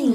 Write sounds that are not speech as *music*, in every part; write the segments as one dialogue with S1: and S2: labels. S1: 迎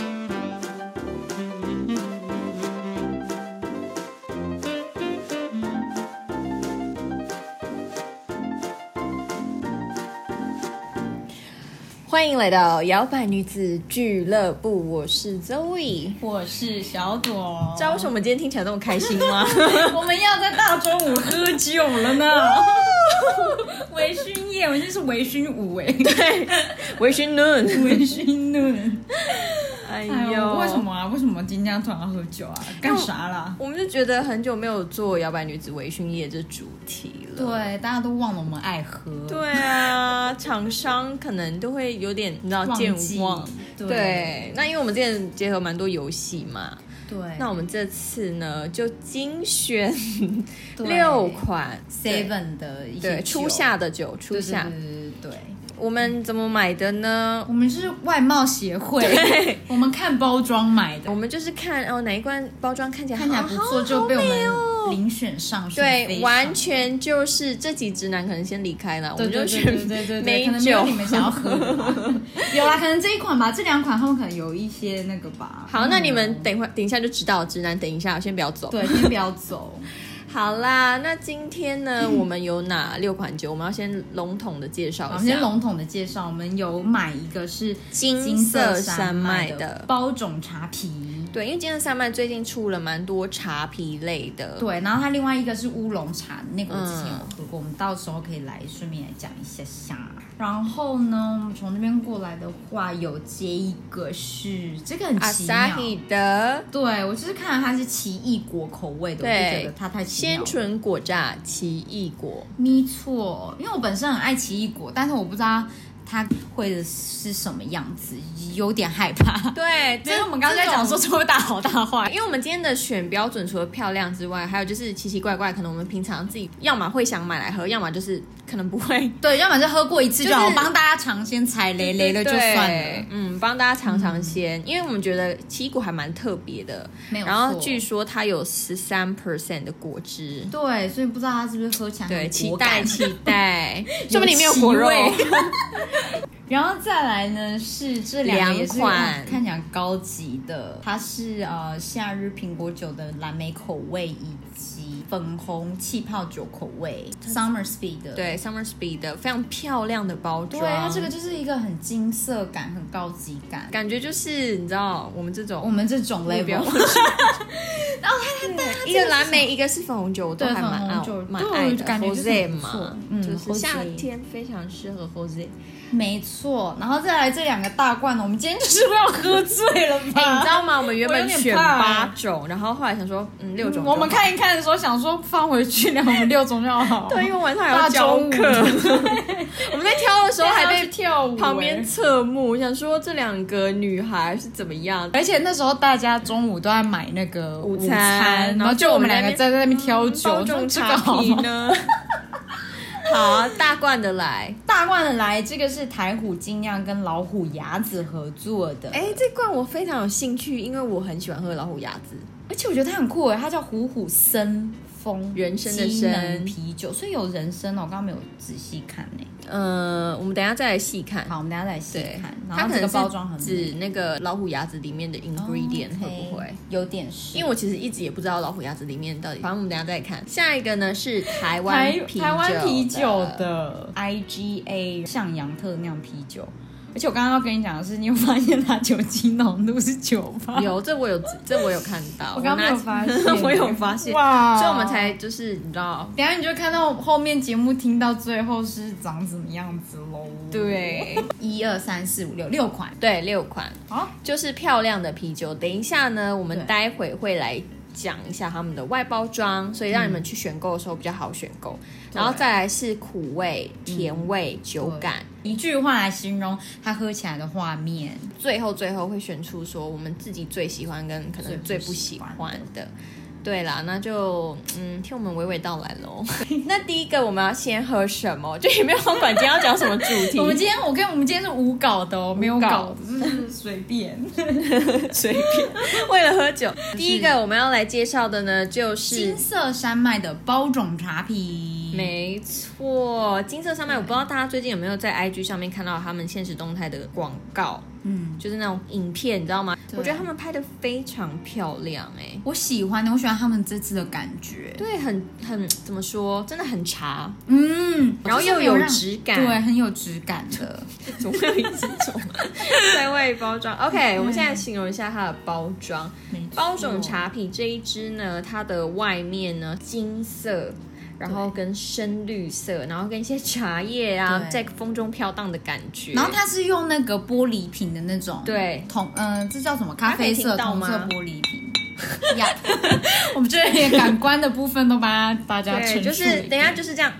S2: 欢迎来到摇摆女子俱乐部，我是 Zoe。
S3: 我是小朵。
S2: 知道为什么我们今天听起来那么开心吗？
S3: 我们要在大中午喝酒了呢。 *laughs* 微醺夜，我就是微醺舞哎，
S2: *laughs* 微醺 noon。
S3: 微醺呢？
S2: 哎
S3: 哎
S2: 呦，
S3: 呦，为什？么啊？为什么今天突然要喝酒啊？干啥啦？
S2: 我们就觉得很久没有做摇摆女子微醺夜这主题了。
S3: 对，大家都忘了我们爱喝。
S2: 对啊，厂商可能都会有点你知道
S3: 忘记
S2: 健忘。
S3: 对
S2: 对，那因为我们之前结合蛮多游戏嘛，
S3: 对，
S2: 那我们这次呢就精选
S3: *laughs* 对
S2: 六款
S3: Seven 的一
S2: 对
S3: 些
S2: 对
S3: 酒
S2: 初夏的酒，初
S3: 对对
S2: 夏
S3: 对对对对。
S2: 我们怎么买的呢
S3: 我？们是外贸协会，我们看包装买的
S2: 我，们就是看哦哪一罐包装看起来
S3: 看起来不
S2: 好
S3: 错，就被我
S2: 好美
S3: 们
S2: 哦
S3: 遴选上去。
S2: 对，
S3: 非常
S2: 完全就是这几直男可能先离开了，我
S3: 对
S2: 们就
S3: 对
S2: 选
S3: 对对对对，
S2: 美
S3: 可能没
S2: 酒
S3: 有。你们想要喝的吧。
S2: *laughs*
S3: 有啦，可能这一款吧，这两款他们可能有一些那个吧。
S2: 好，那你们等一会等一下就知道，直男等一下先不要走。
S3: 嗯对，先不要
S2: *laughs*
S3: 走。
S2: 好啦，那今
S3: *clears throat*
S2: 天呢，我们有哪六款酒？我们要先笼统的介绍
S3: 好
S2: 一下。
S3: 我们先笼统的介绍，我们有买一个是
S2: 金色
S3: 色
S2: 山脉
S3: 脉
S2: 的
S3: 包种茶皮。
S2: 对，因为金色山脉最近出了蛮多茶皮类的。
S3: 对，然后它另外一个是乌龙茶，那个我之前
S2: 嗯
S3: 有喝过，我们到时候可以来顺便来讲一下下。然后呢，我们从那边过来的话，有接一个是这个很
S2: 阿
S3: 奇妙
S2: 萨，希的
S3: 对我就是看了它是奇异果口味的，我就觉
S2: 对
S3: 得它太奇妙
S2: 鲜
S3: 了。
S2: 醇果榨奇异果，
S3: 没错，因为我本身很爱奇异果，但是我不知道它会的是什么样子，有点害
S2: *laughs*
S3: 怕。
S2: 对，
S3: 所以
S2: 这
S3: 我们刚才讲说
S2: 这
S3: 就会大好大
S2: *laughs* 种
S3: 坏，
S2: 因为我们今天的选标准除了漂亮之外，还有就是奇奇怪怪，可能我们平常自己要么会想买来喝，要么就是可能不会。 *laughs*
S3: 对，要么就喝过一次就好，
S2: 就是
S3: 帮大家尝鲜踩雷雷了就
S2: 对
S3: 算了，，
S2: 嗯，帮大家尝尝鲜，因为我们觉得奇异果还蛮特别的。
S3: 没有错。
S2: 然后据说它有十三 percent 的果汁，
S3: 对，所以不知道它是不是喝起来
S2: 对，
S3: 很
S2: 期
S3: 果
S2: 待
S3: 敢
S2: 期待，
S3: 有
S2: *laughs* 说不定里面有果肉
S3: 气。味然后再来呢是这两个也是
S2: 两款
S3: 看起来很高级的，它是呃夏日苹果酒的蓝莓口味以及粉红气泡酒口味 Summer Speed 的。
S2: 对，Summer Speed 的非常漂亮的包
S3: 对，
S2: 装，
S3: 它这个就是一个很金色感、很高级感。
S2: 感觉就是你知道我们这
S3: 我
S2: 种
S3: 们这种
S2: 目标
S3: level， *laughs*
S2: 一个蓝莓，一个是粉红酒，我都
S3: 对
S2: 还蛮
S3: 粉红酒
S2: 爱蛮
S3: 对
S2: 爱的。
S3: 感觉就是
S2: Jose
S3: 很不错
S2: 嘛，
S3: 嗯
S2: 就是夏
S3: Jose
S2: 天非常适合 Jose。
S3: 没错。然后再来这两个大罐呢，我们今天就是不要喝醉 *laughs* 了吧？
S2: 哎，你知道吗？我们原
S3: 我有
S2: 本
S3: 点
S2: 选
S3: 怕哎
S2: 八种，然后后来想说，嗯，六种就好。
S3: 我们看一看的时候想说放回去，然后我们六种就好。
S2: 对，因为晚上还
S3: 大
S2: 要教
S3: 中午
S2: 课， *laughs* 我们在挑的时
S3: 都 *laughs*
S2: 候还
S3: 还被
S2: 被
S3: 跳舞、欸
S2: 旁边侧目，想说这两个女孩是怎么样。
S3: *laughs* 而且那时候大家中午都在买那个午
S2: 餐然
S3: 然
S2: 后
S3: 后
S2: 就
S3: 就我们
S2: 我们嗯
S3: 两个在在那边挑酒，
S2: 包
S3: 说
S2: 种
S3: 这
S2: 茶
S3: 个好
S2: 皮
S3: 吗？
S2: 呢？ *laughs* 好，大罐的来。
S3: 大罐的来，这个是台虎精酿跟老虎牙子合作的。
S2: 哎，这罐我非常有兴趣，因为我很喜欢喝老虎牙子。
S3: 而且我觉得它很酷哎，它叫虎虎生风
S2: 人参的参
S3: 机能啤酒，所以有人参哦。我刚刚没有仔细看呢。
S2: 呃，我们等一下再来细看。
S3: 好，我们等一下再来细
S2: 对
S3: 看。，然
S2: 它
S3: 后
S2: 可
S3: 这
S2: 能
S3: 个
S2: 是
S3: 包装很哦
S2: 指那个老虎牙子里面的 ingredient 会不会？？
S3: 有点是，
S2: 因为我其实一直也不知道老虎牙子里面到底，反正我们等一下再看。下一个呢是
S3: *laughs*
S2: 台湾
S3: 台
S2: 啤
S3: 台湾啤酒
S2: 的，
S3: 的 IGA 向阳特酿啤酒，而且我刚刚要跟你讲的是，你有发现它酒精浓度是九八？
S2: 有这我有这我有看到，
S3: 我刚刚没
S2: 拿
S3: 有发现，
S2: *laughs* 我有发现，
S3: 哇！哦
S2: 所以我们才就是你知道，
S3: 等一下你就看到后面节目听到最后是长什么样子喽？，
S2: 对
S3: 一二三四五六六款，
S2: 对六款
S3: 好，
S2: 就是漂亮的啤酒。等一下呢，我们
S3: 对
S2: 待会会来讲一下他们的外包装，所以让你们去选购的时候比较好选购。然后再来是苦味、甜味、酒感。
S3: 一句话来形容它喝起来的画面。
S2: 最后最后会选出说我们自己最喜欢跟可能最不喜欢的。对啦，那就嗯，听我们娓娓道来
S3: *laughs*
S2: 喽。那第一个我们要先喝什么？就也没有管今天要讲什么主
S3: *laughs*
S2: 题，
S3: 我们今天我跟我们今天是无稿的哦，没有稿，就是随便。
S2: 随便。为了喝酒， *laughs* 第一个我们要来介绍的呢，就是
S3: 金色山脉的包种茶品，
S2: 没错，金色山脉。我不知道大家最近有没有在 IG 上面看到他们现实动态的广告，
S3: 嗯，
S2: 就是那种影片，你知道吗？
S3: 对
S2: 我觉得他们拍的非常漂亮、欸，哎。
S3: 我喜欢的，我喜欢他们这次的感觉，
S2: 对，很很怎么说，真的很茶，
S3: 嗯，
S2: 然后又
S3: 就是没让
S2: 有质感
S3: 对，很有质感的。
S2: 总会有一只种在外
S3: *laughs*
S2: 包装。OK，我们
S3: 嗯
S2: 现在形容一下它的包装。包种茶品这一支呢，它的外面呢金色。然后跟深绿色，然后跟一些茶叶啊，
S3: 对
S2: 在风中飘荡的感觉。
S3: 然后它是用那个玻璃瓶的那种，
S2: 对
S3: 铜，嗯、这叫什么？咖啡色
S2: 大家
S3: 同
S2: 可以听到吗
S3: 色玻璃瓶。
S2: *laughs*
S3: 呀，我们这里感官的部分都把大家
S2: 对，
S3: 陈述
S2: 就
S3: 了
S2: 是
S3: 一遍
S2: 等一下就是这样，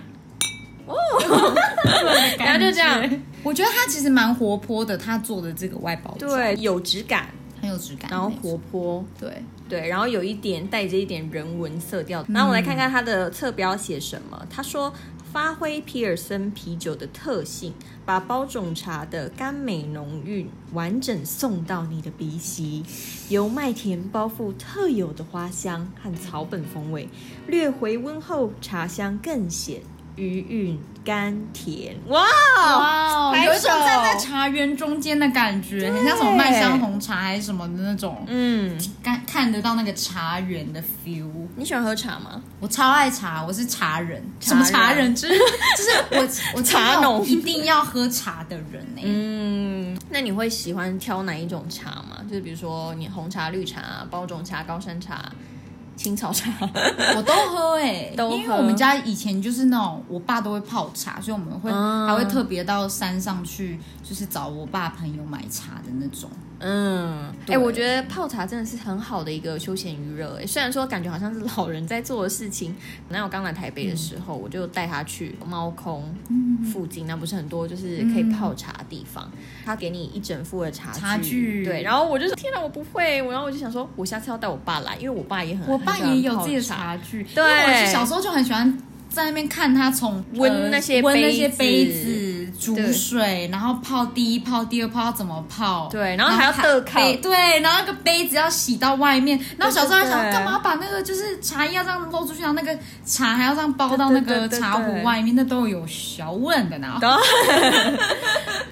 S3: 对
S2: 等一下就这样，
S3: 我觉得它其实蛮活泼的，它做的这个外包装
S2: 对，有质感，
S3: 很有质感，
S2: 然后
S3: 没错
S2: 活泼，
S3: 对，
S2: 对，然后有一点带着一点人文色调。然后我来看看它的侧标写什么。他说，发挥皮尔森啤酒的特性，把包种茶的甘美浓郁完整送到你的鼻息，由麦田包覆特有的花香和草本风味，略回温后茶香更显余韵甘甜。哇！
S3: 哇哦，
S2: 拍手
S3: 有一种站在茶园中间的感觉，很像什么麦香红茶还是什么的那种，
S2: 嗯，
S3: 看看得到那个茶园的 feel。
S2: 你喜欢喝茶吗？
S3: 我超爱茶，我是茶人，
S2: 茶
S3: 什
S2: 人
S3: 么茶人？就是就是我我
S2: 茶农
S3: 一定要喝茶的人欸呢、
S2: 嗯，那你会喜欢挑哪一种茶吗？就是比如说你红茶、绿茶、包种茶、高山茶、青草茶。 *laughs*
S3: 我都喝哎、
S2: 都喝
S3: 因为我们家以前就是那种我爸都会泡茶，所以我们会、
S2: 嗯
S3: 还会特别到山上去，就是找我爸朋友买茶的那种。
S2: 嗯，哎、
S3: 对
S2: 我觉得泡茶真的是很好的一个休闲娱乐、哎，虽然说感觉好像是老人在做的事情。那我刚来台北的时候，我就带他去猫空附近，那不是很多就是可以泡茶的地方。他给你一整副的嗯茶具，
S3: 茶具
S2: 对。然后我就说：“天哪，我不会。”然后我就想说，我下次要带我爸来，因为我爸也很，
S3: 我爸
S2: 很喜欢
S3: 也有
S2: 泡
S3: 自己的
S2: 茶
S3: 茶具，
S2: 对
S3: 因为我小时候就很喜欢在那边看他从
S2: 温
S3: 呃
S2: 那些
S3: 温那
S2: 杯
S3: 些
S2: 子
S3: 杯子煮
S2: 对
S3: 水，然后泡第一泡、第二泡要怎么泡，
S2: 对然后还要
S3: 它
S2: 倒扣
S3: 杯对，然后那个杯子要洗到外面，然后小时候还想
S2: 对对对
S3: 干嘛把那个就是茶叶要这样漏出去，然后那个茶还要这样包到那
S2: 对对
S3: 个
S2: 对对
S3: 茶
S2: 对
S3: 壶外面，那都有学问的呢。
S2: *laughs*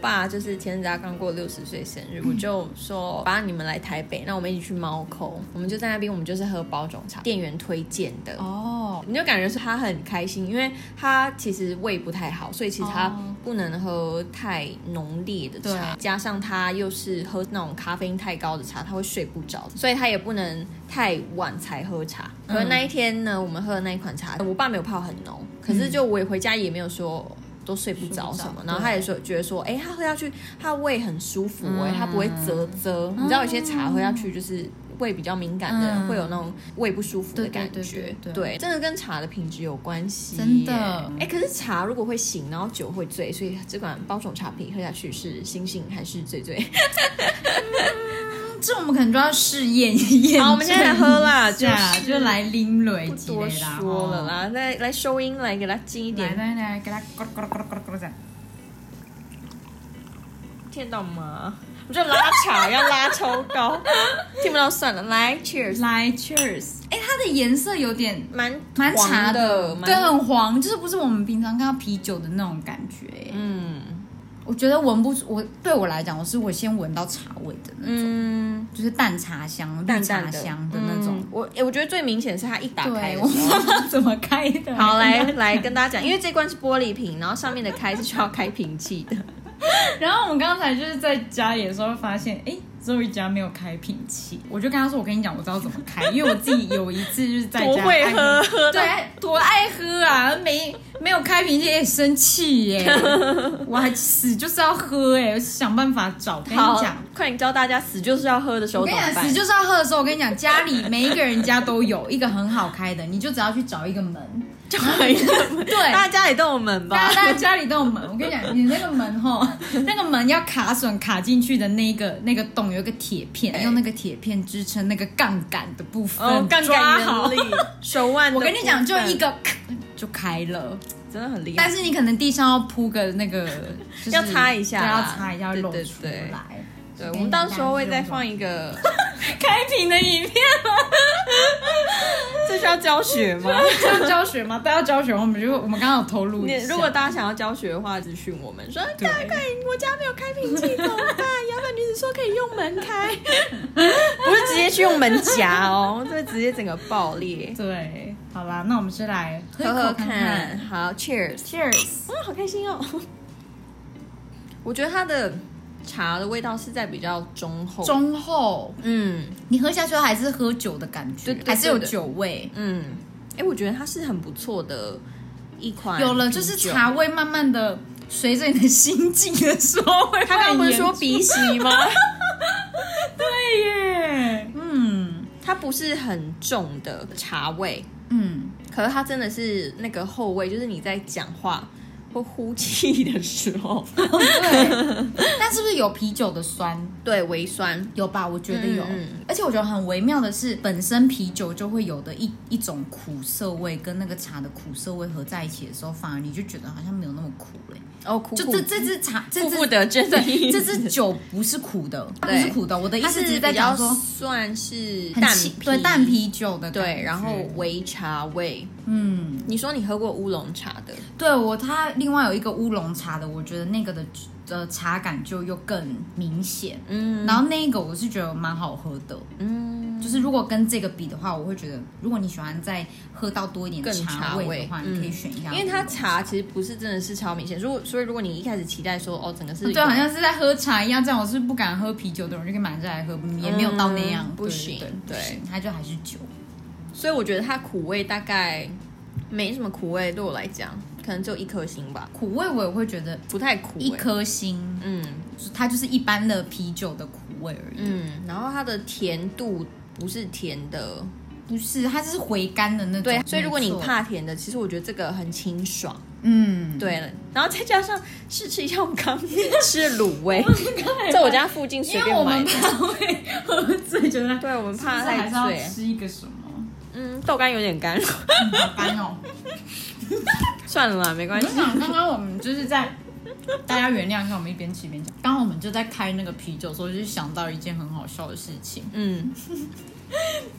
S2: 爸就是前阵子他刚过六十岁生日，我就说爸你们来台北，那我们一起去猫口，我们就在那边，我们就是喝包种茶，店员推荐的。
S3: 哦，
S2: 你就感觉是他很开心，因为他其实胃不太好，所以其实他
S3: 哦
S2: 不能喝太浓烈的茶，
S3: 对
S2: 加上他又是喝那种咖啡因太高的茶，他会睡不着，所以他也不能太晚才喝茶。
S3: 嗯
S2: 可是那一天呢，我们喝的那一款茶，我爸没有泡很浓，可是就我也回家也没有说。都睡不着什
S3: 睡
S2: 么
S3: 不，着
S2: 然后他也说觉得说，哎、他喝下去，他胃很舒服、
S3: 嗯
S2: 哎、他不会啧啧。你知道有些茶喝下去就是胃比较敏感的人、
S3: 嗯
S2: 会有那种胃不舒服的
S3: 对对
S2: 感
S3: 对
S2: 觉，
S3: 对对
S2: 对，真的跟茶的品质有关系耶，
S3: 真的
S2: 哎、可是茶如果会醒，然后酒会醉，所以这款包种茶品喝下去是醒醒还是醉醉？
S3: 这我们可能就要试验一验证一下。
S2: 好我们现在来喝啦就是
S3: 就来拎蕊
S2: 不
S3: 几
S2: 多
S3: 类啦
S2: 说了。
S3: 哦
S2: 啦，来来收音，来给它近一
S3: 来
S2: 点，
S3: 来来，给它咕噜咕噜咕噜咕噜咕噜这样。
S2: 听得到吗？我就拉茶要拉超高，听不到算了，来 cheers，
S3: 来，Cheers！哎、它的颜色有点
S2: 蛮
S3: 蛮茶
S2: 黄的，
S3: 对，哦
S2: 蛮
S3: 很黄，就是不是我们平常看到啤酒的那种感觉、嗯，
S2: 嗯
S3: 我觉得闻不出，我对我来讲，我是我先闻到茶味的那种，
S2: 嗯。
S3: 就是淡茶香、
S2: 淡
S3: 绿
S2: 淡
S3: 茶
S2: 的
S3: 香的那种
S2: 嗯。我诶我觉得最明显是它一打
S3: 对，
S2: 开的
S3: 我
S2: 时候
S3: 不知道怎么开的。
S2: 好，来来跟大家讲，因为这罐是玻璃瓶，然后上面的开是需要开瓶器的。
S3: 然后我们刚才就是在家里的时候发现，哎，只有一家没有开瓶器，我就跟他说，我跟你讲，我知道怎么开，因为我自己有一次就是在家 *laughs*
S2: 多会
S3: 按
S2: 喝哎喝到
S3: 对，多爱喝啊！没没有开瓶器也生气耶、 *laughs* 我还死就是要喝哎、我想办法找。跟你
S2: 好
S3: 讲，，
S2: 快点教大家死就是要喝的时
S3: 我
S2: 候
S3: 跟
S2: 怎
S3: 你
S2: 么
S3: 讲，死
S2: 办？
S3: *laughs* 就是要喝的时候，我跟你讲，家里每一个人家都有一个很好开的，你就只要去找一个门，
S2: 就怀一个门，
S3: 对
S2: 大家家里都有门
S3: 大家？
S2: 吧
S3: 大家家里都有门，我跟你讲，你那个门吼，那个门要卡榫卡进去的那个那个洞有一个铁片，用那个铁片支撑那个杠杆的部分，
S2: 哦，杠
S3: 抓
S2: 杆
S3: 好
S2: 原。理，手腕。
S3: 我跟你讲，就一，个 *laughs* 咔就开了，
S2: 真的很厉害
S3: 但。是你可能地上要铺个那 *laughs* 个，就是
S2: 要擦一下
S3: 对要
S2: 啦
S3: 擦一下
S2: 对
S3: 露
S2: 对
S3: 出
S2: 对
S3: 来。
S2: 对，我们到时候会再放一个，
S3: 开屏的影片， *laughs*
S2: 这需要教学吗？
S3: 要教学 *laughs* 吗？不要教学，我们就我们刚刚有透露
S2: 你
S3: 一下。
S2: 如果大家想要教学的话，咨询我们说，
S3: 对
S2: 大概我家没有开瓶器怎么 *laughs* 办？摇摆女子说可以用门
S3: *laughs*
S2: 开，不是直接去用门夹哦， *laughs* 这直接整个爆裂。
S3: 对，好啦，那我们先来喝一
S2: 喝
S3: 口
S2: 喝看，
S3: 看
S2: 好，Cheers！
S3: ，Cheers。
S2: 哇，好开心哦！ *laughs* 我觉得它的茶的味道是在比较中后，
S3: 中后，
S2: 嗯
S3: 你喝下去后还是喝酒的感觉，
S2: 对对对
S3: 还是有
S2: 对
S3: 酒味。
S2: 嗯，哎、我觉得它是很不错的一款，
S3: 有了，就是。茶味慢慢的随着你的心境的时候会
S2: *laughs* 他刚
S3: 蔓
S2: 不是
S3: 延
S2: 说
S3: 出
S2: 鼻息吗？
S3: *laughs* 对耶，嗯
S2: *laughs* 它不是很重的茶味，
S3: 嗯，
S2: 可是它真的是那个后味，就是你在讲话或呼气的时
S3: *laughs*
S2: 候， *laughs*
S3: 对。但是不是有啤酒的酸？
S2: 对微酸，
S3: 有吧，我觉得有，
S2: 嗯
S3: 而且我觉得很微妙的是，本身啤酒就会有的一一种苦涩味，跟那个茶的苦涩味合在一起的时候，反而你就觉得好像没有那么苦嘞、
S2: 哦苦
S3: 就
S2: 苦
S3: 这这支茶，这
S2: 负
S3: 支 *laughs*
S2: 负得正的意
S3: 这
S2: 思，
S3: 支酒不是苦的，它不
S2: *laughs* 对
S3: 是苦的。我的意
S2: 它
S3: 思只
S2: 是
S3: 在
S2: 比
S3: 讲
S2: 较
S3: 说，
S2: 算是
S3: 很
S2: 淡
S3: 清
S2: 啤，
S3: 对淡啤酒的感
S2: 对，
S3: 觉
S2: 然后微茶味。
S3: 嗯，
S2: 你说你喝过乌龙茶的，
S3: 对我它另外有一个乌龙茶的，我觉得那个的呃茶感就又更明显。
S2: 嗯
S3: 然后那个我是觉得蛮好喝的，
S2: 嗯，
S3: 就是如果跟这个比的话，我会觉得如果你喜欢再喝到多一点
S2: 更
S3: 茶
S2: 茶
S3: 味的
S2: 味
S3: 话，
S2: 嗯
S3: 你可以选一下乌龙，
S2: 因为它茶其实不是真的是超明显，如果所以如果你一开始期待说哦整个是
S3: 啊对，好像是在喝茶一样。这样我是不敢喝啤酒的人，就可以买这来喝，也没有到那样，
S2: 嗯不
S3: 对
S2: 行
S3: 对，不
S2: 对
S3: 行它就还是酒。
S2: 所以我觉得它苦味大概没什么苦味，对我来讲可能只有一颗星吧，
S3: 苦味我也会觉得
S2: 不太苦、欸。
S3: 一，颗星，
S2: 嗯
S3: 它就是一般的啤酒的苦味而已，
S2: 嗯，然后它的甜度不是甜的，
S3: 不是，它是回甘的那种。
S2: 对，所以如果你
S3: 没错，
S2: 怕甜的，其实我觉得这个很清爽，
S3: 嗯，
S2: 对，然后再加上试吃一下我们刚 *laughs* 吃的卤味，在我家附近随
S3: 因为
S2: 便
S3: 我
S2: 买
S3: 们
S2: 的，
S3: 怕会喝醉，觉得
S2: 对我们
S3: 是不是
S2: 怕
S3: 还
S2: 太
S3: 是要
S2: 醉，
S3: 吃一个什么？
S2: 嗯，豆干有点干， *laughs*
S3: 嗯好干 *laughs* 哦！
S2: 算了啦，没
S3: 我
S2: 关系
S3: 就，想刚刚我们就是在，大家原谅一下，我们一边吃一边讲。刚刚我们就在开那个啤酒的时候，就想到一件很好笑的事情，
S2: 嗯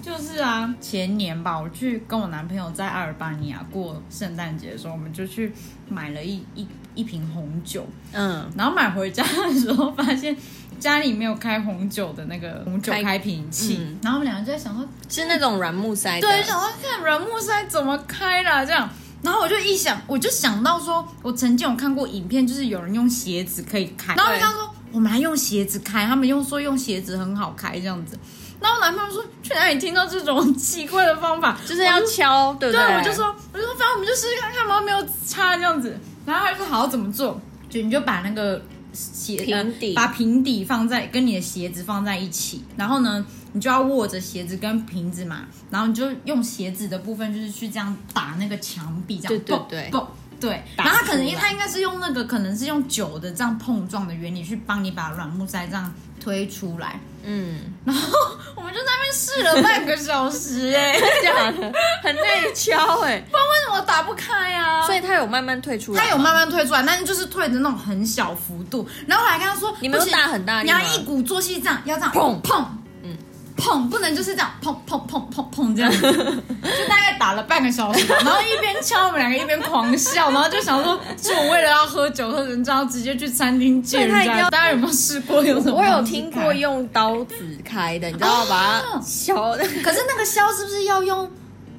S3: 就是啊，前年吧，我去跟我男朋友在阿尔巴尼亚过圣诞节的时候，我们就去买了一一一瓶红酒，
S2: 嗯，
S3: 然后买回家的时候发现家里没有开红酒的那个红酒
S2: 开
S3: 开瓶器，
S2: 嗯
S3: 然后我们两个就在想说，
S2: 是那种软木塞的，
S3: 对，想说看软木塞怎么开啦这样。然后我就一想，我就想到说，我曾经有看过影片，就是有人用鞋子可以开，然后我就跟他说，我们来用鞋子开，他们用说用鞋子很好开这样子。然后我男朋友说，去哪里听到这种奇怪的方法？
S2: 就是要敲，对不
S3: 对，
S2: 对，
S3: 我就说，我就说，反正我们就试试看看嘛，没有差这样子。然后他就说好，怎么做？就你就把那个鞋呃
S2: 平底
S3: 把平底放在跟你的鞋子放在一起，然后呢，你就要握着鞋子跟瓶子嘛，然后你就用鞋子的部分就是去这样打那个墙壁，这样
S2: 对对
S3: 蹦
S2: 对
S3: 蹦对，
S2: 打
S3: 然后他可能因
S2: 出
S3: 为
S2: 来
S3: 他应该是用那个，可能是用酒的这样碰撞的原理去帮你把软木塞这样推出
S2: *laughs*
S3: 来。
S2: 嗯，
S3: 然后我们就在那边试了半个小时、
S2: *laughs*
S3: 哎，
S2: 假的，很耐敲哎、
S3: 不然为什么打不开啊？
S2: 所以它有慢慢退出来，
S3: 他有慢慢退出来，但是就是退的那种很小幅度。然后我还跟他说，
S2: 你没有
S3: 不行
S2: 大很大力
S3: 你
S2: 吗
S3: 要一鼓作气这样，要这样
S2: 砰
S3: 砰，嗯
S2: 嗯，
S3: 砰，不能就是这样砰砰砰砰砰这样 *laughs* 子，就大概打了半个小时吧，然后一边敲，我们两个一边狂笑，然后就想说，是我为了要喝酒喝成这样，直接去餐厅借人
S2: 所以他一定
S3: 家。
S2: 要
S3: 大家有没有试过？有什么？
S2: 我有听过。用刀子开的，你知
S3: 哦
S2: 道把它 *laughs* 削的，
S3: 可是那个削是不是要用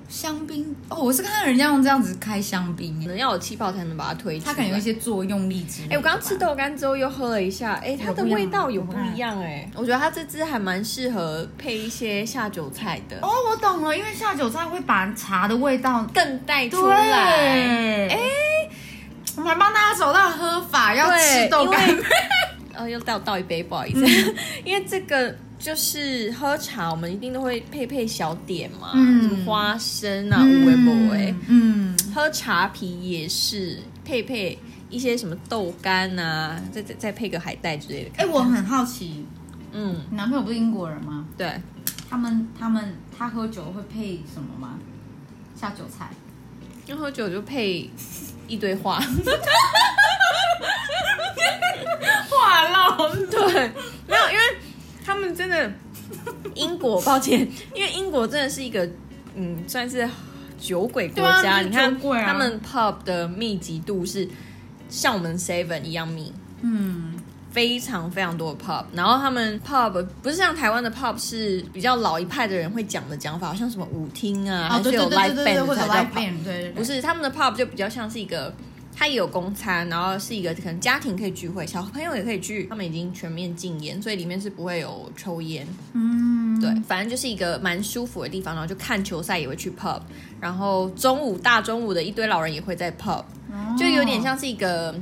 S3: 香槟？哦，我是看到人家用这样子开香槟
S2: 可，能要有气泡才能把它推出
S3: 它
S2: 来。
S3: 可能有一些作用力之类的吧。
S2: 哎，我刚吃豆干之后又喝了一下，哎，它的味道有不一样哎，我觉得它这支还蛮适合配一些下酒菜的，
S3: 哦，我懂了，因为下酒菜会把茶的味道
S2: 更带出
S3: 对，
S2: 来。
S3: 哎、我们还帮大家找到喝法，要吃豆干
S2: 因为。呃，又倒倒一杯，不好意思， *laughs* 因为这个就是喝茶，我们一定都会配配小点嘛，
S3: 嗯
S2: 什么花生啊、五味博哎，
S3: 嗯，嗯
S2: 喝茶皮也是配配一些什么豆干啊，再再再配个海带之类的。
S3: 哎、我很好奇，
S2: 嗯，
S3: 你男朋友不是英国人吗？
S2: 对，
S3: 他们他们他喝酒会配什么吗？下酒菜？
S2: 要喝酒就配一
S3: *laughs*
S2: 堆话，
S3: 话 *laughs* 唠
S2: 对，没有，因为他们真的英国，抱歉，因为英国真的是一个嗯，算是酒鬼国
S3: 对
S2: 家。
S3: 啊
S2: 你看
S3: 就是酒鬼啊
S2: 他们 pub 的密集度是像我们 seven 一样密，
S3: 嗯，
S2: 非常非常多的 pub，然后他们 pub 不是像台湾的 pub 是比较老一派的人会讲的讲法，好像什么舞厅啊，
S3: 哦，
S2: 还是
S3: 对
S2: 有
S3: 对对
S2: live
S3: 对对，
S2: band
S3: 或
S2: 的
S3: 者
S2: 才叫
S3: live
S2: pub，
S3: band，对，
S2: 不
S3: 是
S2: 是他们的 pub 就比较像是一个，它也有公餐，然后是一个可能家庭可以聚会，小朋友也可以聚，他们已经全面禁烟，所以里面是不会有抽烟，
S3: 嗯，
S2: 对，反正就是一个蛮舒服的地方，然后就看球赛也会去 pub，然后中午大中午的一堆老人也会在 pub，
S3: 哦
S2: 就有点像是一个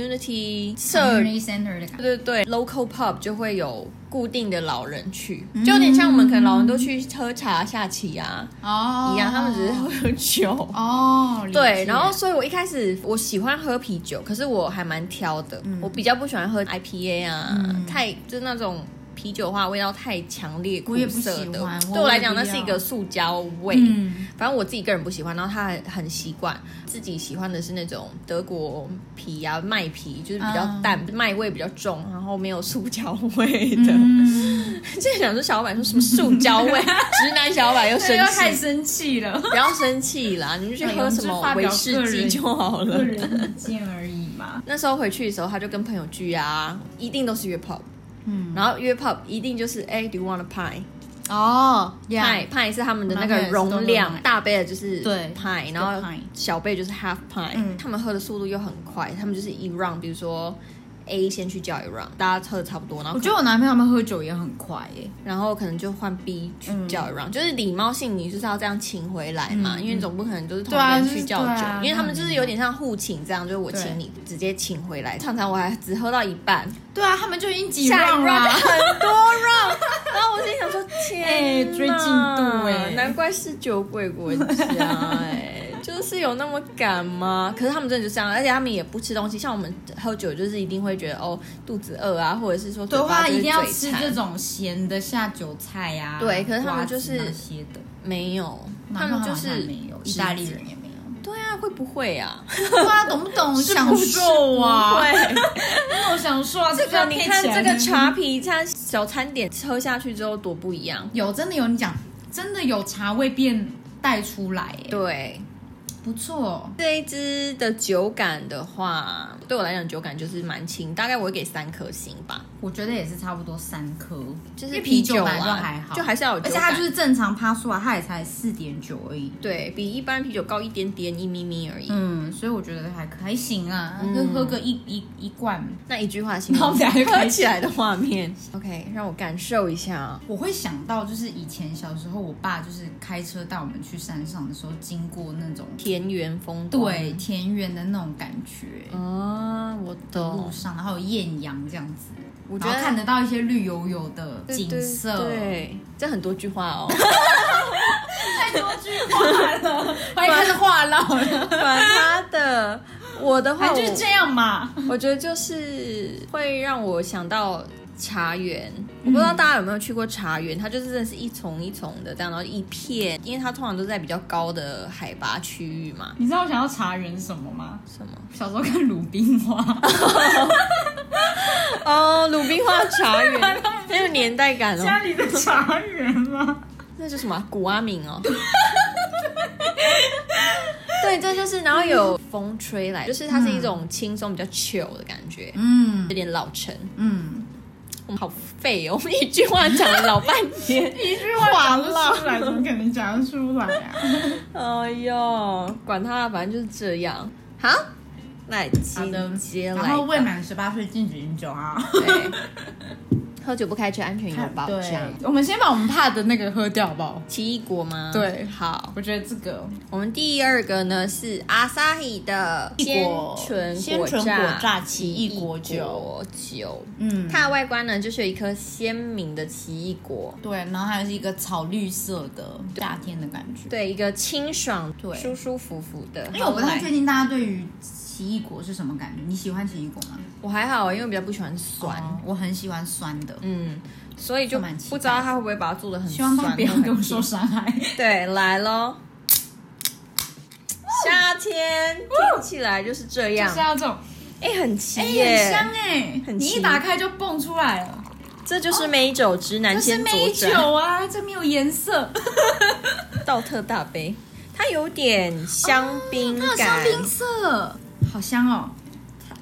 S2: community 社
S3: community center 的感觉。
S2: 对对对，local pub 就会有固定的老人去，
S3: 嗯
S2: 就有点像我们可能老人都去喝茶、下棋啊
S3: 哦
S2: 一样，他们只是喝酒。
S3: 哦，理解
S2: 对，然后所以我一开始我喜欢喝啤酒，可是我还蛮挑的，我比较不喜欢喝 IPA 啊，
S3: 嗯
S2: 太就是那种啤酒的话味道太强烈苦
S3: 我也不
S2: 涩
S3: 喜
S2: 的
S3: 欢，我
S2: 对我来
S3: 也
S2: 讲
S3: 不
S2: 那
S3: 要
S2: 是一个塑胶味。
S3: 嗯，
S2: 反正我自己个人不喜欢，然后他还很习惯自己喜欢的是那种德国皮啊麦皮，就是比较
S3: 啊
S2: 淡，麦味比较重，然后没有塑胶味
S3: *laughs*
S2: 的。 *laughs*
S3: 嗯，
S2: 这想说小板说什么塑胶
S3: *laughs*
S2: 味，直男小板又生
S3: 这又太
S2: 气，
S3: 生气了，
S2: 不要生气啦， *laughs* 你们去喝什么威士忌就好
S3: 个
S2: 了。
S3: 嗯人意见而已嘛。
S2: 那时候回去的时候，他就跟朋友聚啊，一定都是约 pub，
S3: 嗯，
S2: 然后约 pub 一定就是哎、d o you want a pie？
S3: 哦，
S2: 派派是他们的那个容
S3: 马克也是都是
S2: 量，
S3: pie
S2: 大杯的就是
S3: 对
S2: 派，然后
S3: pie
S2: 小杯就是 half 派、
S3: 嗯
S2: 他们喝的速度又很快，他们就是一 round，比如说 A 先去叫一 round，大家喝的差不多，然
S3: 我
S2: 后
S3: 觉得我男朋友他们喝酒也很快耶，
S2: 然后可能就换 B 去叫一 round，、就是礼貌性你就是要这样请回来嘛，
S3: 嗯
S2: 因为总不可能就是同
S3: 对啊
S2: 人
S3: 就
S2: 去
S3: 是
S2: 叫
S3: 对
S2: 酒、
S3: 啊
S2: 因为他们就是有点像互请这样，就是我请你直接请回来，常常我还只喝到一半，
S3: 对啊，他们就已经几
S2: 下一
S3: round 啦
S2: round 很多 round，然 *laughs* 后我心想说，
S3: *laughs* 哎
S2: 天哪、
S3: 追进度哎
S2: 难怪是酒鬼国家哎、就是有那么赶吗？ *laughs* 可是他们真的就这样，而且他们也不吃东西，像我们喝酒就是一定会觉得哦肚子饿啊，或者是说
S3: 对
S2: 嘴巴
S3: 话
S2: 就是
S3: 一定要
S2: 嘴
S3: 吃
S2: 馋
S3: 这种咸的下酒菜呀、
S2: 对可是他们就是
S3: 瓜子那些的，
S2: 没有，他
S3: 他
S2: 们
S3: 们
S2: 就
S3: 就是是没有，意大利人也没有。
S2: 对啊，会不会啊？
S3: 对啊，懂不
S2: *laughs*
S3: 懂？享受啊，
S2: 会。
S3: *laughs* 那我享受
S2: *laughs*
S3: 啊，这
S2: 这个你看这个茶皮餐小餐点喝下去之后多不一样。
S3: 有真的有，你讲真的有茶味变带出来，哎，
S2: 对，
S3: 不错，
S2: 这一支的酒感的话，对我来讲酒感就是蛮轻，大概我会给三颗星吧。
S3: 我觉得也是差不多三颗，
S2: 就
S3: 因
S2: 是
S3: 为啤
S2: 酒
S3: 本来
S2: 啦，
S3: 就还好，
S2: 就还是要有酒
S3: 而
S2: 感，
S3: 且它就是正常趴数啊，它也才四点九而已。
S2: 对比一般啤酒高一点点一咪咪而已。
S3: 嗯，所以我觉得还可还行啊，
S2: 嗯
S3: 就喝个一一一罐。
S2: 那一句话形容
S3: 然后我们俩就开
S2: 喝
S3: 始
S2: 起来的画面。OK，让我感受一下啊。
S3: 我会想到就是以前小时候，我爸就是开车带我们去山上的时候，经过那种
S2: 田园风光。
S3: 对田园的那种感觉，
S2: 啊，我懂
S3: 路。上然后有艳阳这样子，
S2: 我觉
S3: 然
S2: 得
S3: 后看得到一些绿油油的
S2: 对
S3: 景
S2: 对
S3: 色，
S2: 对，这很多句话哦， *laughs*
S3: 太多句话了， *laughs* 我也开始话痨了，
S2: 管他的。我的话，
S3: 反正就
S2: 我
S3: 是这样嘛。
S2: 我觉得就是会让我想到茶园。我不知道大家有没有去过茶园，它就是真的是一丛一丛的这样，然后一片，因为它通常都在比较高的海拔区域嘛。
S3: 你知道我想要茶园什么吗？
S2: 什么？
S3: 小时候看鲁冰 *laughs* 花，
S2: 哦，鲁冰花茶园， *laughs* 很有年代感哦。
S3: 里的茶园吗？
S2: 那是什么啊？古阿敏哦。对，这就是，然后有风吹来，就是它是一种轻松、比较 chill 的感觉，
S3: 嗯
S2: 有点老成。
S3: 嗯，
S2: 我们好废哦，我们一句话讲了老半天。
S3: 一句话讲不出来，怎么可能讲得出来 *laughs* 啊？
S2: 哎呦，管他，反正就是这样。好，那
S3: 好的
S2: 紧接来
S3: 然 *laughs*
S2: 吧，
S3: 后未满十八岁禁止饮酒啊。
S2: 对，喝酒不开车，安全有保
S3: 对
S2: 障。，
S3: 我们先把我们怕的那个喝掉好不好？
S2: 奇异果吗？
S3: 对
S2: 好，
S3: 我觉得这个
S2: 我们第二个呢是阿萨希的
S3: 异
S2: 鲜
S3: 果
S2: 纯
S3: 鲜纯
S2: 果
S3: 果榨
S2: 奇
S3: 奇
S2: 异
S3: 异果酒
S2: 酒
S3: 嗯
S2: 它的外观呢就是有一颗鲜明的奇异果，
S3: 对，然后还有是一个草绿色的夏天的感觉。，
S2: 对，一个清爽、
S3: 对
S2: 舒舒服服的。
S3: 因为我不太确定大家对于奇异果是什么感觉。你喜欢奇异果吗？
S2: 我还好，因为我比较不喜欢酸，
S3: 哦我很喜欢酸的，
S2: 嗯，所以就
S3: 蛮期待
S2: 不知道它会不会把它做的很
S3: 希
S2: 酸。
S3: 望他不要
S2: 很
S3: 给我
S2: 甜
S3: 受伤害。
S2: 对，来喽。夏天听起来就是这
S3: 就
S2: 样
S3: 是，要这种，
S2: 哎、很
S3: 哎、
S2: 奇耶、
S3: 很香哎、
S2: 很
S3: 你
S2: 奇
S3: 一打开就蹦出来了，
S2: 这就是美酒直男
S3: 这是
S2: 先左
S3: 美
S2: 转，
S3: 酒啊，这没有颜色，
S2: 倒特大杯，它有点香槟
S3: 哦它有香
S2: 感，
S3: 槟色，好香哦，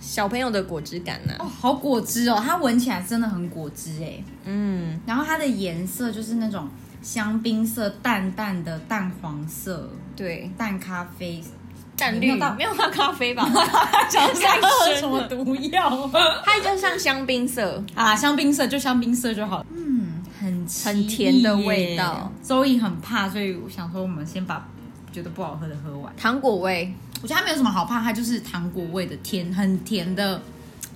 S2: 小朋友的果汁感呢、啊
S3: 哦，好果汁哦，它闻起来真的很果汁哎、
S2: 嗯，
S3: 然后它的颜色就是那种香槟色，淡淡的淡黄色，
S2: 对，
S3: 淡咖啡。
S2: 淡
S3: 没
S2: 绿
S3: 有到
S2: 没有到咖啡吧？
S3: 想
S2: *laughs* 想喝什么
S3: 毒 *laughs* 药
S2: *laughs* 它就像香槟色，
S3: 啊？香槟色就香槟色就好。嗯，很奇
S2: 很甜的味道
S3: 耶。周易很怕，所以我想说，我们先把觉得不好喝的喝完。
S2: 糖果味，
S3: 我觉得它没有什么好怕，它就是糖果味的甜，很甜的。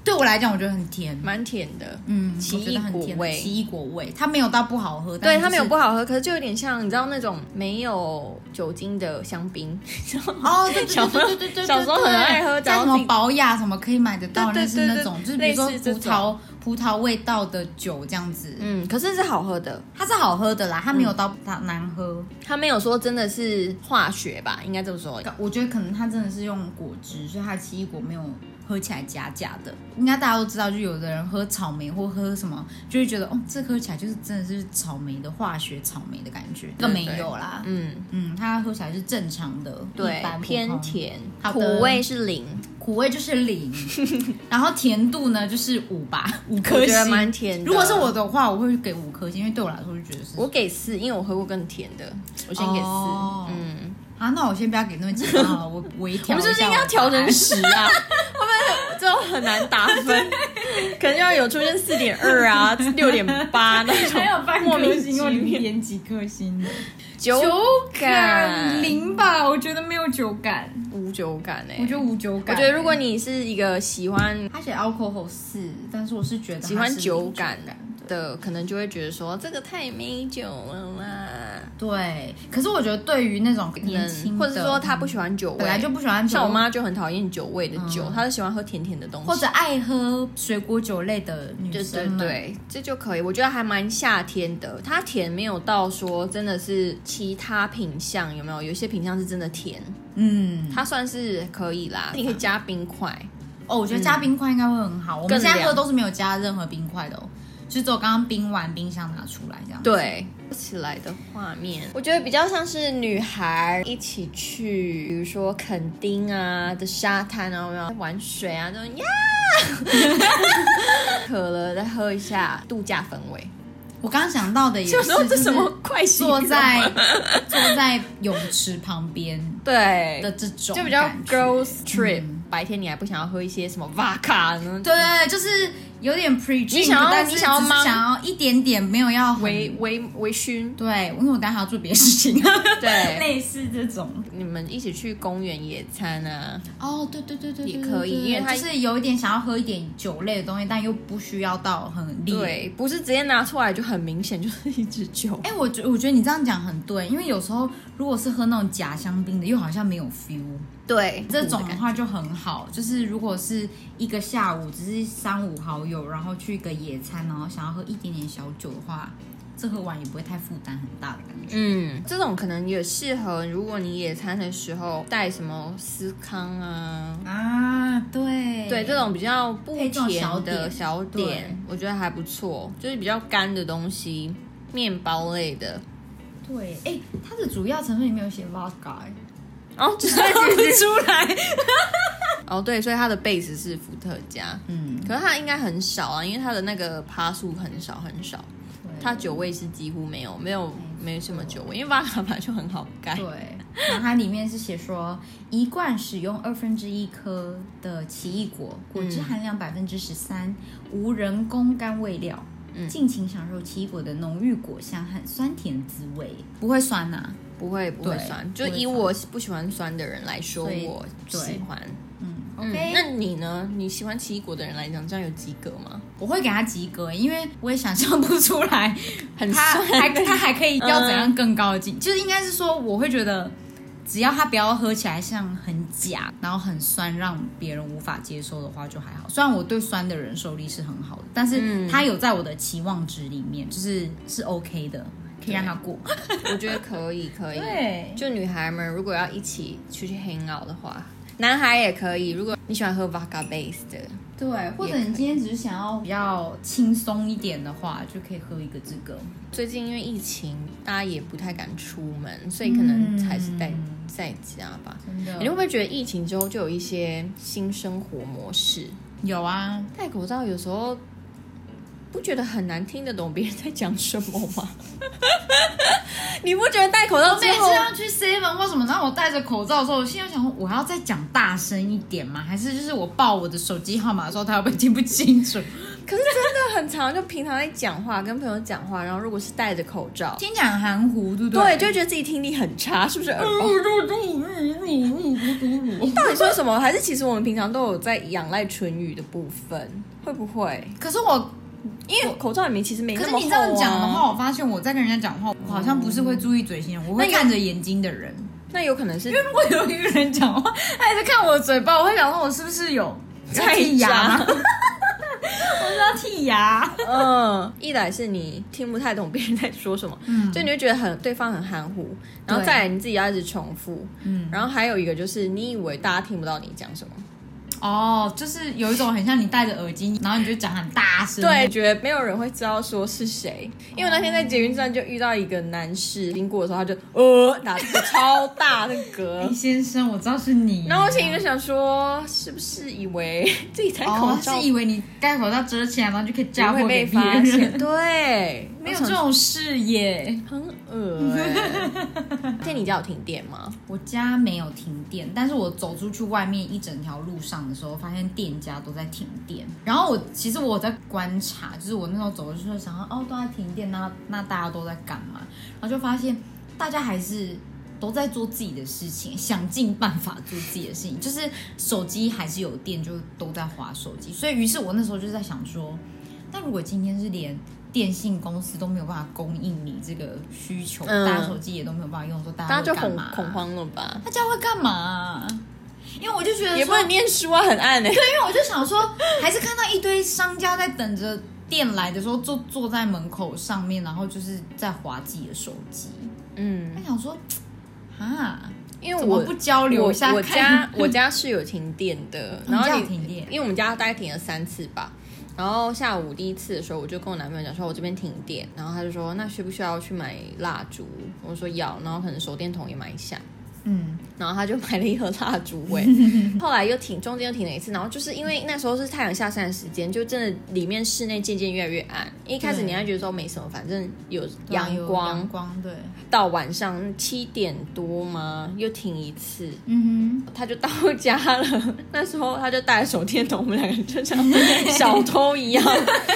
S3: 对我来讲，我觉得很甜。
S2: 蛮甜的。
S3: 嗯，
S2: 奇异
S3: 我觉得很甜
S2: 果味
S3: 奇异果味，它没有到不好喝，但
S2: 对，
S3: 是
S2: 它没有
S3: 就是
S2: 不好喝，可是就有点像你知道那种没有酒精的香槟， *laughs*
S3: 哦，对对
S2: 小朋友
S3: 对对对对，
S2: 小时候很爱喝
S3: 在
S2: 然后
S3: 什
S2: 自己
S3: 么保雅什么可以买得到，类
S2: 对对对
S3: 似
S2: 对
S3: 那种，就是比如说
S2: 类似这
S3: 葡
S2: 种
S3: 萄葡萄味道的酒这样子，
S2: 嗯，可是是好喝的，
S3: 它是好喝的啦，它没有到它难喝。
S2: 它没有说真的是化学吧，应该这么说。
S3: 我觉得可能它真的是用果汁，所以它的奇异果没有喝起来假假的。应该大家都知道，就有的人喝草莓或喝什么，就会觉得哦，这喝起来就是真的是草莓的化学草莓的感觉，这个没有啦。
S2: 嗯，
S3: 嗯，它喝起来是正常的，
S2: 对
S3: 一般，普通
S2: 偏甜，
S3: 好
S2: 苦
S3: 的
S2: 味是零，
S3: 苦味就是
S2: *laughs*
S3: 零，然后甜度呢就是五吧，五颗
S2: 我觉得
S3: 星。
S2: 蛮甜的。
S3: 如果是我的话，我会给五颗星，因为对我来说就觉得是
S2: 我给四，因为我喝过更甜的，我先给四。
S3: 哦
S2: 嗯，
S3: 啊，那我先不要给那么几分好了，我我一
S2: *laughs* 我
S3: 调一
S2: 们
S3: 下我的答
S2: 是不是应
S3: 案。
S2: 该要调成十啊？ *laughs* 会不会这种很难打分？可能要有出现四点二啊、六点八那种，
S3: 还有半
S2: 莫
S3: 颗
S2: 名
S3: 星
S2: 其
S3: 或零
S2: 妙
S3: 点几颗星的
S2: 酒感
S3: 零吧，我觉得没有酒感，
S2: 无酒感哎、
S3: 我觉得无酒感。
S2: 我觉得如果你是一个喜欢
S3: 他写 alcohol 四，但是我是觉得它
S2: 喜欢
S3: 是
S2: 酒
S3: 零
S2: 感
S3: 感对
S2: 的，可能就会觉得说这个太美酒了啦，
S3: 对，可是我觉得对于那种年轻的，
S2: 嗯，或者是说他不喜欢酒味，
S3: 本来就不喜欢酒，
S2: 像我妈就很讨厌酒味的酒，她是喜欢喝甜甜的东西，
S3: 或者爱喝水果酒类的女
S2: 对对
S3: 生们，
S2: 对，这就可以，我觉得还蛮夏天的。它甜没有到说真的是其他品相有没有？有一些品相是真的甜，
S3: 嗯，
S2: 它算是可以啦。你可以加冰块，
S3: 哦，我觉得加冰块应该会很好。我
S2: 嗯更
S3: 们现在
S2: 凉
S3: 喝都是没有加任何冰块的哦，就只有刚刚冰完冰箱拿出来这样。，
S2: 对。起来的画面，我觉得比较像是女孩一起去，比如说垦丁啊的沙滩啊，有没有玩水啊，这种呀， *laughs* 渴了再喝一下，度假氛围。
S3: 我刚刚想到的也是，
S2: 说
S3: 就
S2: 这
S3: 是
S2: 什么快醒
S3: 坐在坐在泳池旁边
S2: 对
S3: 的这种，
S2: 就比较 girls
S3: 对
S2: trip、白天你还不想要喝一些什么 vodka 呢？
S3: 对对，就是有点 pre drink，
S2: 你想要
S3: 但是
S2: 你想要
S3: 只是
S2: 忙
S3: 想要一点点，没有要很
S2: 微微微醺。
S3: 对，因为我等一下还要做别的事情，
S2: 对，
S3: *laughs* 类似这种。
S2: 你们一起去公园野餐啊，
S3: 哦，对对对对，
S2: 也
S3: 对
S2: 可以
S3: 对对
S2: 因为它
S3: 就是有一点想要喝一点酒类的东西，但又不需要到很烈。，
S2: 对，不是直接拿出来就很明显就是一支酒。
S3: 哎、我觉我觉得你这样讲很对，因为有时候如果是喝那种假香槟的，又好像没有 feel。
S2: 对，
S3: 这种的话就很好，就是如果是一个下午，只是三五好友，然后去一个野餐，然后想要喝一点点小酒的话，这喝完也不会太负担很大的感觉。
S2: 嗯，这种可能也适合，如果你野餐的时候带什么司康啊。
S3: 啊，对
S2: 对，这种比较不
S3: 配这种小
S2: 甜的
S3: 点
S2: 小
S3: 对
S2: 点，我觉得还不错，就是比较干的东西，面包类的，
S3: 对，哎、它的主要成分里面有写 vodka，哎
S2: *laughs* 哦，只是解出来。哦，对，所以它的 base 是伏特加，
S3: 嗯，
S2: 可是它应该很少啊，因为它的那个趴数很少很少，它
S3: 它
S2: 酒味是几乎没有，没有没什么酒味，因为巴卡本来就很好盖。
S3: 对，然后它里面是写说，一罐使用二分之一颗的奇异果，果汁含量百分之十三，无人工甘味料。
S2: 嗯
S3: 尽情享受奇异果的浓郁果香和酸甜滋味，不会酸呐、
S2: 不会不会
S3: 对
S2: 酸，
S3: 不
S2: 就
S3: 会
S2: 以
S3: 酸
S2: 我不喜欢酸的人来说，
S3: 所以
S2: 我
S3: 对
S2: 喜欢。
S3: 嗯
S2: 嗯
S3: ，OK，、
S2: 那你呢？你喜欢奇异果的人来讲，这样有及格
S3: *laughs*
S2: 吗？
S3: 我会给他及格，因为我也想象不出来
S2: 很
S3: 他
S2: 酸
S3: 还他还可以要怎样更高的境，就是应该是说，我会觉得只要它不要喝起来像很假，然后很酸，让别人无法接受的话就还好。虽然我对酸的忍受力是很好的，但
S2: 嗯
S3: 是它有在我的期望值里面，就是是 OK 的，可以让它过。
S2: 我觉得可以，可以。
S3: 对
S2: 就女孩们如果要一起出去 hang out 的话，男孩也可以。如果你喜欢喝 vodka base 的，
S3: 对，或者
S2: 也可以
S3: 你今天只是想要比较轻松一点的话，就可以喝一个这个。
S2: 最近因为疫情，大家也不太敢出门，所以可能还是在、
S3: 嗯
S2: 在家吧。
S3: 真的
S2: 你会不会觉得疫情之后就有一些新生活模式？
S3: 有啊，
S2: 戴口罩有时候不觉得很难听得懂别人在讲什么
S3: *laughs*
S2: 吗？你不觉得戴口罩
S3: 我
S2: 之
S3: 哦每
S2: 后
S3: 次啊要去 seven 或什么，然后我戴着口罩的时候，我现在想说，我还要再讲大声一点吗？还是就是我报我的手机号码的时候，他会不会听不清 *laughs* 楚？
S2: 可是真的很常，就平常在讲话，跟朋友讲话，然后如果是戴着口罩，
S3: 听起来很含糊，对不
S2: 对，
S3: 对？
S2: 就会觉得自己听力很差，是不是
S3: 嗯
S2: 耳聋？到底说什么？还是其实我们平常都有在仰赖唇语的部分，会不会？
S3: 可是我，
S2: 因为口罩里面其实没
S3: 可
S2: 那
S3: 是
S2: 么厚、啊、
S3: 你这样讲的话，我发现我在跟人家讲话，我好像不是会注意嘴型的，我会
S2: 那有
S3: 看着眼睛的 *laughs* 人。
S2: 那有可能是
S3: 如果有一个人讲话，他一直看我的嘴巴，我会想说，我是不是有
S2: 在
S3: *laughs* 剔牙
S2: 讲
S3: 吗？我是要剔牙。
S2: 嗯，一来是你听不太懂别人在说什么，
S3: 嗯
S2: 就你会觉得很对方很含糊，然后
S3: 对
S2: 再来你自己要一直重复，
S3: 嗯，
S2: 然后还有一个就是你以为大家听不到你讲什么，
S3: 哦，就是有一种很像你戴着耳机，然后你就讲很大声。
S2: 对，觉得没有人会知道说是谁，因为那天在捷运站就遇到一个男士经过的时候，他就呃打这个超大的嗝
S3: *laughs* 林，先生，我知道是你。啊
S2: 然后我心里就想说，是不是以为自己戴口
S3: 哦，
S2: 罩
S3: 他是以为你戴口罩遮起来，然后就可以嫁
S2: 不
S3: 祸
S2: 会
S3: 给
S2: 被
S3: 别
S2: 发现？
S3: 人。
S2: 对，
S3: *laughs* 没有
S2: 我想
S3: 这种事耶！
S2: 很恶、
S3: *laughs*
S2: 欸。今天你家有停电吗？
S3: 我家没有停电，但是我走出去外面一整条路上的时候，发现店家都在停电。然后我其实我在观察，就是我那时候走出去的时候想说，哦，都在停电，那那大家都在干嘛？然后就发现大家还是都在做自己的事情，想尽办法做自己的事情，就是手机还是有电，就都在划手机。所以于是我那时候就在想说，那如果今天是连电信公司都没有办法供应你这个需求，
S2: 嗯
S3: 大家手机也都没有办法用的时候，大
S2: 大家
S3: 家
S2: 就
S3: 会干
S2: 恐
S3: 嘛、
S2: 恐，慌了吧？
S3: 大家会干嘛啊、因为我就觉得
S2: 也不
S3: 说，
S2: 能念书啊，很暗哎、欸。
S3: 因为我就想说， *laughs* 还是看到一堆商家在等着电来的时候，就坐在门口上面，然后就是在划自己的手机。
S2: 嗯
S3: 他，想说，啊，
S2: 因为
S3: 怎么
S2: 我
S3: 不交流一下
S2: 我我
S3: 看
S2: 家 *laughs* 我家是有停电的，
S3: 你
S2: 然
S3: 家
S2: 后
S3: 有
S2: 哦你
S3: 停电
S2: 因为我们家大概停了三次吧。然后下午第一次的时候，我就跟我男朋友讲说，我这边停电，然后他就说，那需不需要去买蜡烛？我说要，然后可能手电筒也买一下，
S3: 嗯，
S2: 然后他就买了一盒蜡烛
S3: *laughs*
S2: 味。后来又停，中间又停了一次，然后就是因为那时候是太阳下山的时间，就真的里面室内渐渐越来越暗。一开始
S3: 对
S2: 你还觉得说没什么，反正有
S3: 对啊
S2: 阳
S3: 有
S2: 光，
S3: 阳光，对，
S2: 到晚上七点多吗？又停一次，
S3: 嗯
S2: 他就到家了。 *laughs* 那时候他就带着手电筒，我们两个就像小偷一样。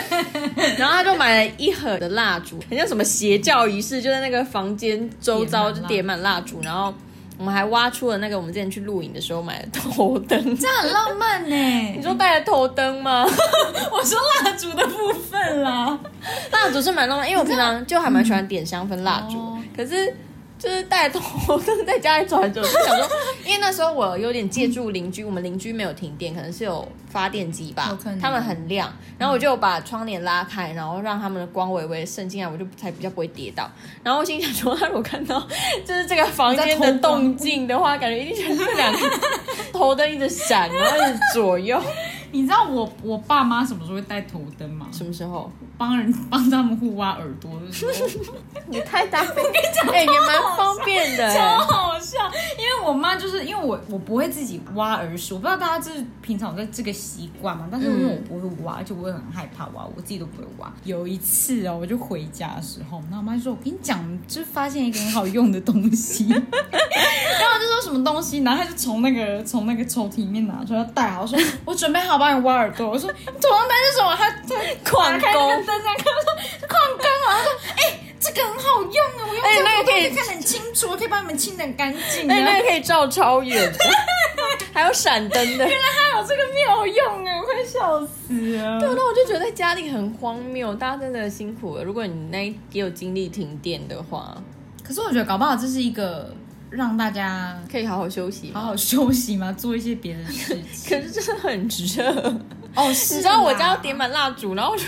S2: *laughs* 然后他就买了一盒的蜡烛，很像什么邪教仪式，就在那个房间周遭就点
S3: 点
S2: 满蜡烛，然后。我们还挖出了那个我们之前去露营的时候买的头灯， *laughs*
S3: 这样很浪漫呢、
S2: 你说带了头灯吗？
S3: 我说蜡烛的部分啦， *laughs*
S2: 蜡烛是蛮浪漫，因为我平常就还蛮喜欢点香氛蜡烛，
S3: 哦
S2: 可是就是带头灯在家里转来转去，想说， *laughs* 因为那时候我有点借助邻居，我们邻居没有停电，可能是有发电机吧
S3: 有可能，
S2: 他们很亮，然后我就把窗帘拉开，然后让他们的光微微渗进来，我就才比较不会跌倒。然后我心想说，他如果看到就是这个房间
S3: 在
S2: 的
S3: 偷光
S2: 动静的话，感觉一定就是两个 *laughs* 头灯一直闪，然后一直左右。
S3: 你知道我我爸妈什么时候会戴头灯吗？
S2: 什么时候？
S3: 帮人帮他们互挖耳朵的时候，
S2: 你太 *laughs* 大，我跟你讲，哎、也蛮方便的、
S3: 超
S2: 哎
S3: 好笑。因为我妈就是因为我我不会自己挖耳屎，我不知道大家就是平常有在这个习惯嘛，但是因为我不会挖，而且我也很害怕挖，我自己都不会挖。有一次哦，我就回家的时
S2: *laughs*
S3: 候，然后我妈就说：“我跟你讲，就是发现一个很好用的东西。”然后我就说什么东东西，然后他就从那个从那个抽屉里面拿出来戴好，我说我准备好帮你挖耳朵，我说你头上戴是什么？他他
S2: 矿
S3: 打开那
S2: 工
S3: 个灯这样看，他说矿工啊，他说哎、这个很好用啊，我用
S2: 哎
S3: 这个
S2: 那个可以
S3: 我看得很清楚，我可以帮你们清的干净、啊。
S2: 哎、那个可以照超远的，还有闪灯
S3: 原
S2: 的。
S3: 来它有这个妙用啊，我快笑死了。
S2: 对，那我就觉得在家里很荒谬，大家真的辛苦了。如果你那一也有经历停电的话，
S3: 可是我觉得搞不好这是一个让大家
S2: 可以好好休息。
S3: 好好休息嘛，做一些别的事情。
S2: 可是真的很热， *laughs*
S3: 哦，是
S2: 你知道我
S3: 啦
S2: 家要点满蜡烛，然后我就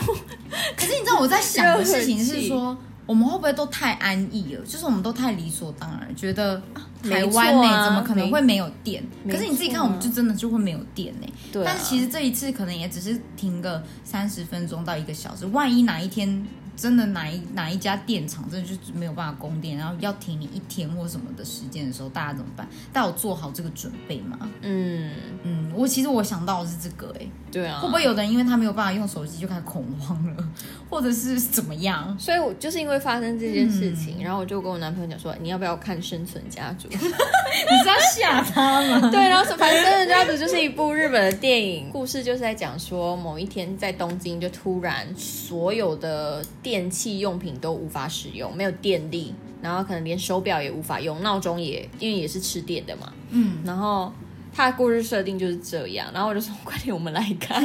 S3: 可是你知道我在想的事情
S2: 热
S3: 是
S2: 气 *laughs*
S3: 说，我们会不会都太安逸了？就是我们都太理所当然，觉得、啊
S2: 没
S3: 台湾
S2: 错
S3: 呢、
S2: 啊
S3: 怎么可能
S2: 没
S3: 会没有电？
S2: 没
S3: 可是你自己看，
S2: 错啊
S3: 我们就真的就会没有电呢、
S2: 对啊
S3: 但是其实这一次可能也只是停个三十分钟到一个小时，万一哪一天。真的哪一哪一家电厂真的就是没有办法供电，然后要停你一天或什么的时间的时候，大家怎么办？大家有做好这个准备吗？
S2: 嗯，
S3: 嗯，我其实我想到的是这个、欸，
S2: 对啊，
S3: 会不会有的人因为他没有办法用手机就开始恐慌了，或者是怎么样？
S2: 所以我就是因为发生这件事情，然后我就跟我男朋友讲说，你要不要看《生存家族》？
S3: 你是要吓他吗？
S2: 对，然后反正《生存家族》就是一部日本的电影，故事就是在讲说，某一天在东京就突然所有的电器用品都无法使用，没有电力，然后可能连手表也无法用，闹钟也因为也是吃电的嘛，
S3: *laughs* 嗯，
S2: 然后他的故事设定就是这样，然后我就说快点我们来
S3: *laughs*
S2: 看，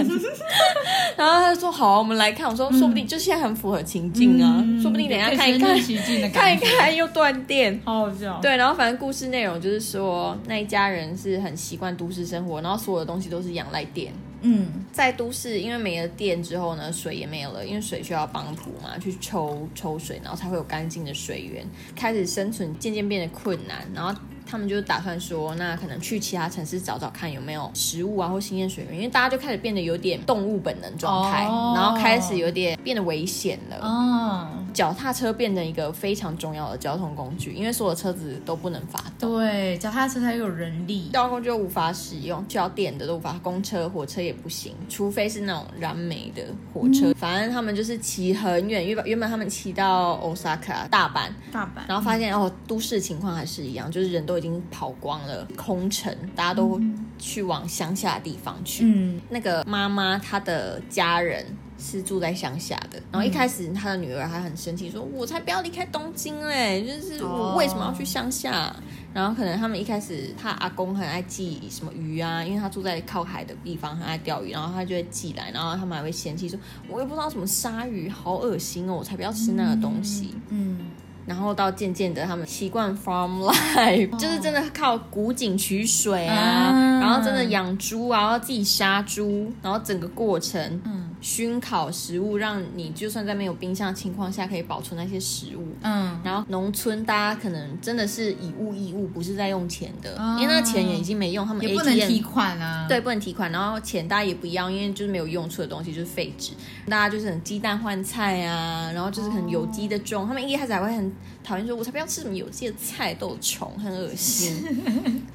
S2: 然后他就说好啊、我们来看，我说说不定就现在很符合情境啊，说不定等一下看一看
S3: 嗯可以身临其
S2: *laughs*
S3: 境的
S2: 看一
S3: 感觉，
S2: 看又断电。
S3: 好好笑。，
S2: 对，然后反正故事内容就是说，那一家人是很习惯都市生活，然后所有的东西都是仰赖电。
S3: 嗯，
S2: 在都市，因为没了电之后呢，水也没有了，因为水需要帮浦嘛，去抽抽水，然后才会有干净的水源，开始生存渐渐变得困难，然后。他们就打算说，那可能去其他城市找找看有没有食物啊或新鲜水源，因为大家就开始变得有点动物本能状态
S3: 哦
S2: 然后开始有点变得危险了。
S3: 哦，
S2: 脚踏车变成一个非常重要的交通工具，因为所有车子都不能发动，
S3: 对，脚踏车它有人力，
S2: 交通工具又无法使用，需要电的都无法，公车、火车也不行，除非是那种燃煤的火车。反正他们就是骑很远，原本原本他们骑到 Osaka 大阪，
S3: 大阪，
S2: 然后发现哦，都市情况还是一样，就是人都已经跑光了，空城，大家都去往乡下的地方去。
S3: 嗯，
S2: 那个妈妈她的家人是住在乡下的，然后一开始她的女儿还很生气，说：“我才不要离开东京嘞，就是我
S3: 哦
S2: 为什么要去乡下？”然后可能他们一开始，她阿公很爱寄什么鱼啊，因为他住在靠海的地方，很爱钓鱼，然后他就会寄来，然后他们还会嫌弃说：“我又不知道什么鲨鱼，好恶心哦，我才不要吃那个东西。
S3: 嗯，
S2: 然后到渐渐的，他们习惯 farm life，、就是
S3: 哦
S2: 真的靠古井取水啊，
S3: 啊
S2: 然后真的养猪啊，然后自己杀猪，然后整个过程，
S3: 嗯
S2: 熏烤食物，让你就算在没有冰箱的情况下可以保存那些食物。
S3: 嗯，
S2: 然后农村大家可能真的是以物易物，不是在用钱的，
S3: 啊
S2: 因为那钱也已经没用，他们
S3: 也不能
S2: ATM
S3: 提款啊，
S2: 对，，不能提款，然后钱大家也不要，因为就是没有用处的东西就是废纸，大家就是很鸡蛋换菜啊，然后就是很有机的种，他们一开始还会很讨厌说，我才不要吃什么有机的菜，都有虫，很恶
S3: *laughs*
S2: 心。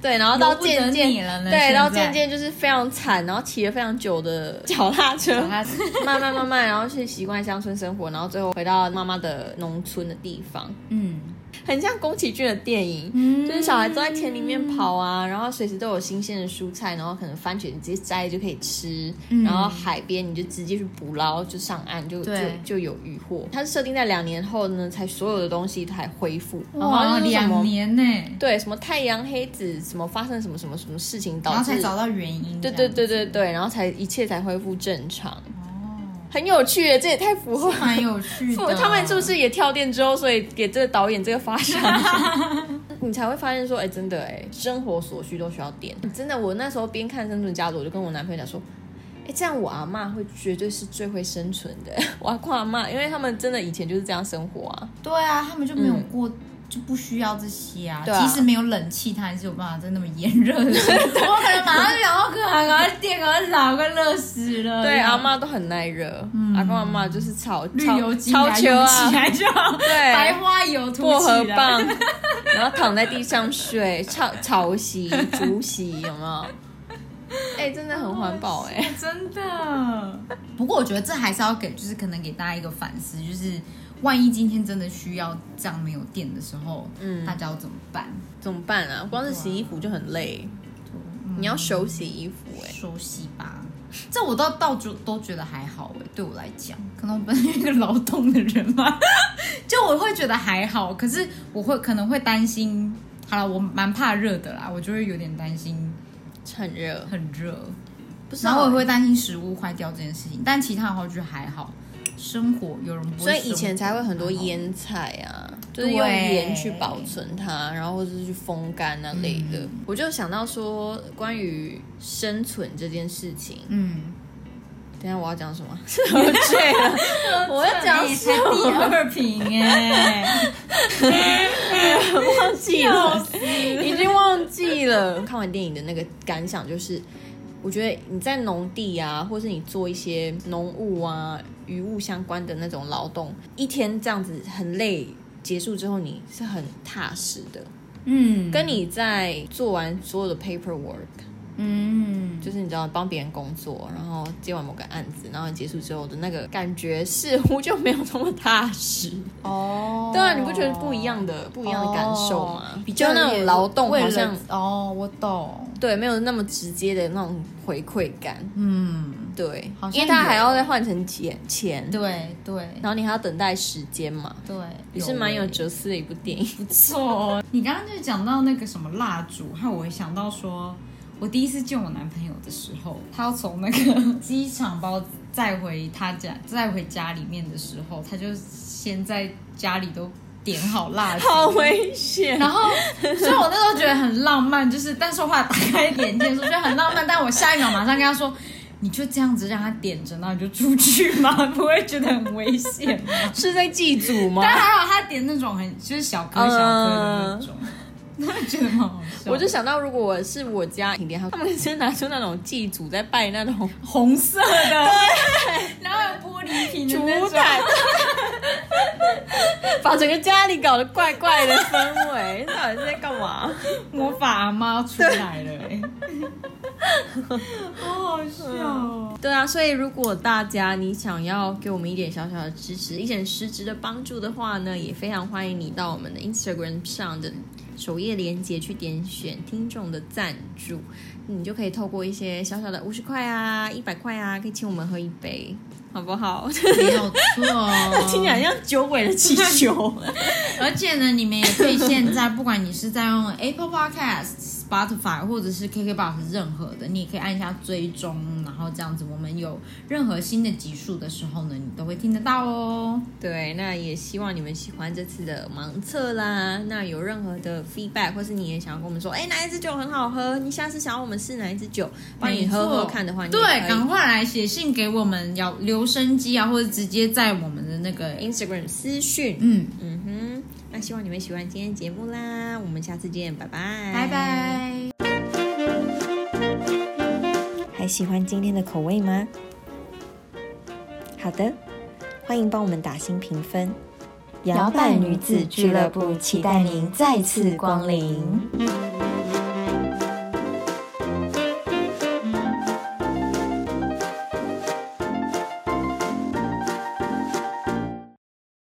S2: 对，然后到
S3: 由不得
S2: 渐渐
S3: 你了呢
S2: 对，然后
S3: 现在
S2: 渐渐就是非常惨，然后骑了非常久的脚踏车，
S3: *laughs* 脚
S2: *laughs*
S3: 踏车，
S2: 慢慢慢慢，然后去习惯乡村生活，然后最后回到妈妈的农村的地方，
S3: 嗯，
S2: 很像宫崎骏的电影，就是小孩都在田里面跑啊，然后随时都有新鲜的蔬菜，然后可能番茄你直接摘就可以吃，
S3: 嗯
S2: 然后海边你就直接去捕捞，就上岸就就
S3: 对
S2: 就有渔获。它是设定在两年后呢，才所有的东西才恢复，然后
S3: 哇，
S2: 就
S3: 哦
S2: 是什
S3: 两
S2: 么
S3: 年呢，
S2: 对什么太阳黑子什么发生什么什么什么事情
S3: 然
S2: 导
S3: 后
S2: 致
S3: 才，找到原因，
S2: 对
S3: 这
S2: 对
S3: 样
S2: 对对对，然后才一切才恢复正常。
S3: 哦
S2: 很有趣耶，这也太符合
S3: 蛮有趣
S2: 不
S3: 的，
S2: *laughs* 他们是不是也跳电之后，所以给这个导演这个发 *laughs* 想，你才会发现说，哎、真的哎、生活所需都需要电。真的，我那时候边看《生存家族》，我就跟我男朋友讲说。哎，这样我阿妈会绝对是最会生存的。 *laughs* 我阿公阿妈，因为他们真的以前就是这样生活啊。
S3: 对啊，他们就没有过，就不需要这些啊。
S2: 嗯对啊
S3: 即使没有冷气，它还是有办法在那么炎热的时候，我可能马上就想到可能赶快电，赶快老，快热死了。
S2: 对，啊阿妈都很耐热，阿公阿妈就是炒
S3: 绿油
S2: 炒
S3: 精
S2: 超球啊
S3: 起，来就好，
S2: 对
S3: 白花油涂
S2: 薄荷
S3: 起来
S2: 棒，然后躺在地上睡， *laughs* 炒炒席、竹席有没 *laughs* 有？哎、真的很环保哎、
S3: 真的。不过我觉得这还是要给，就是可能给大家一个反思，就是万一今天真的需要这样没有电的时候，
S2: 嗯
S3: 大家要怎么办？
S2: 怎么办啊？光是洗衣服就很累，
S3: 啊
S2: 你要手洗衣服哎、
S3: 熟悉吧。这我倒倒就都觉得还好哎，对我来讲，可能我本身是一个劳动的人嘛， *laughs* 就我会觉得还好。可是我会可能会担心，好了，我蛮怕热的啦，我就会有点担心
S2: 很热，
S3: 很热，
S2: 不知道
S3: 然后我也
S2: 欸
S3: 会担心食物坏掉这件事情。但其他的话，我觉得还好。生活有人不会嗯
S2: 所以以
S3: 生火
S2: 前才会很多
S3: 还好 *laughs*
S2: 腌菜啊，就是用
S3: 对
S2: 盐去保存它，然后或者是去风干那类的。
S3: 嗯
S2: 我就想到说，关于生存这件事情，
S3: 嗯，
S2: 等一下我要
S3: *laughs*
S2: 讲什么？喝醉了，我要讲
S3: 哎
S2: 什
S3: 才第
S2: 么？
S3: 二瓶
S2: *laughs*
S3: 哎，
S2: 忘记了，已经忘记了。看完电影的那个感想就是，我觉得你在农地啊，或是你做一些农务啊、渔务相关的那种劳动，一天这样子很累，结束之后你是很踏实的。
S3: 嗯，
S2: 跟你在做完所有的 paperwork，
S3: 嗯，
S2: 就是你知道帮别人工作，然后接完某个案子，然后结束之后的那个感觉，似乎就没有那么踏实。
S3: 哦，
S2: 对啊，你不觉得不一样的不一样的感受吗
S3: 哦？比
S2: 就
S3: 较
S2: 那种劳动
S3: 为
S2: 好
S3: 了
S2: 像
S3: 哦，我懂，
S2: 对没有那么直接的那种回馈感，
S3: 嗯，
S2: 对
S3: 好，像
S2: 因为他还
S3: 有
S2: 要再换成钱钱，
S3: 对对
S2: 然后你还要等待时间嘛，
S3: 对，
S2: 也是蛮有
S3: 欸
S2: 哲思的一部电影。
S3: 不错。你刚刚就讲到那个什么蜡烛，害我想到说，我第一次见我男朋友的时候，他要从那个机场把我载回他家，载回家里面的时候，他就先在家里都点好蜡烛，
S2: 好危
S3: *laughs*
S2: 险！
S3: 然后，虽然我那时候觉得很浪漫，就是，但是我后来打开眼界的时候觉得很浪漫，但我下一秒马上跟他说：“你就这样子让他点着，那你就出去嘛， *laughs* 不会觉得很危险吗
S2: 是在祭祖？”吗？
S3: 但还好他点那种很就是小颗小颗的那种，嗯那觉得蛮好笑。
S2: 我就想到，如果我是我家停电，他们是拿出那种祭祖在拜那
S3: *laughs*
S2: 种
S3: 红色的，然后有玻璃瓶的
S2: 烛
S3: 那种。
S2: 台， *laughs* 把整个家里搞得怪怪的氛围，到底是在干嘛？
S3: 魔法阿妈出来了、欸， *laughs* 好好笑哦、
S2: 对啊，所以如果大家你想要给我们一点小小的支持，一点实质的帮助的话呢，也非常欢迎你到我们的 Instagram 上的首页链接去点选听众的赞助，你就可以透过一些小小的五十块啊、一百块啊，可以请我们喝一杯，好不
S3: *laughs*
S2: 好？*laughs*
S3: 没有 *laughs* 错，
S2: 听起来像九尾的气球。
S3: 而且呢，你们也可以现在，不管你是在用 Apple Podcast、Spotify 或者是 KKBox 任何的，你也可以按一下追踪，然后这样子，我们有任何新的集数的时候呢，你都会听得到哦。
S2: 对，那也希望你们喜欢这次的盲测啦。那有任何的 feedback，或是你也想要跟我们说，哎，哪一支酒很好喝，你下次想要我们试哪一支酒，帮你喝喝看的话，你
S3: 对
S2: 也可，以
S3: 赶快来写信给我们，要留声机啊，或者直接在我们的那个，
S2: Instagram 私讯。
S3: 嗯，
S2: 嗯哼，那希望你们喜欢今天的节目啦，我们下次见，拜拜，
S3: 拜。拜。
S1: 还喜欢今天的口味吗？好的，欢迎帮我们打新评分。
S4: 摇摆女子俱乐部期待您再次光临。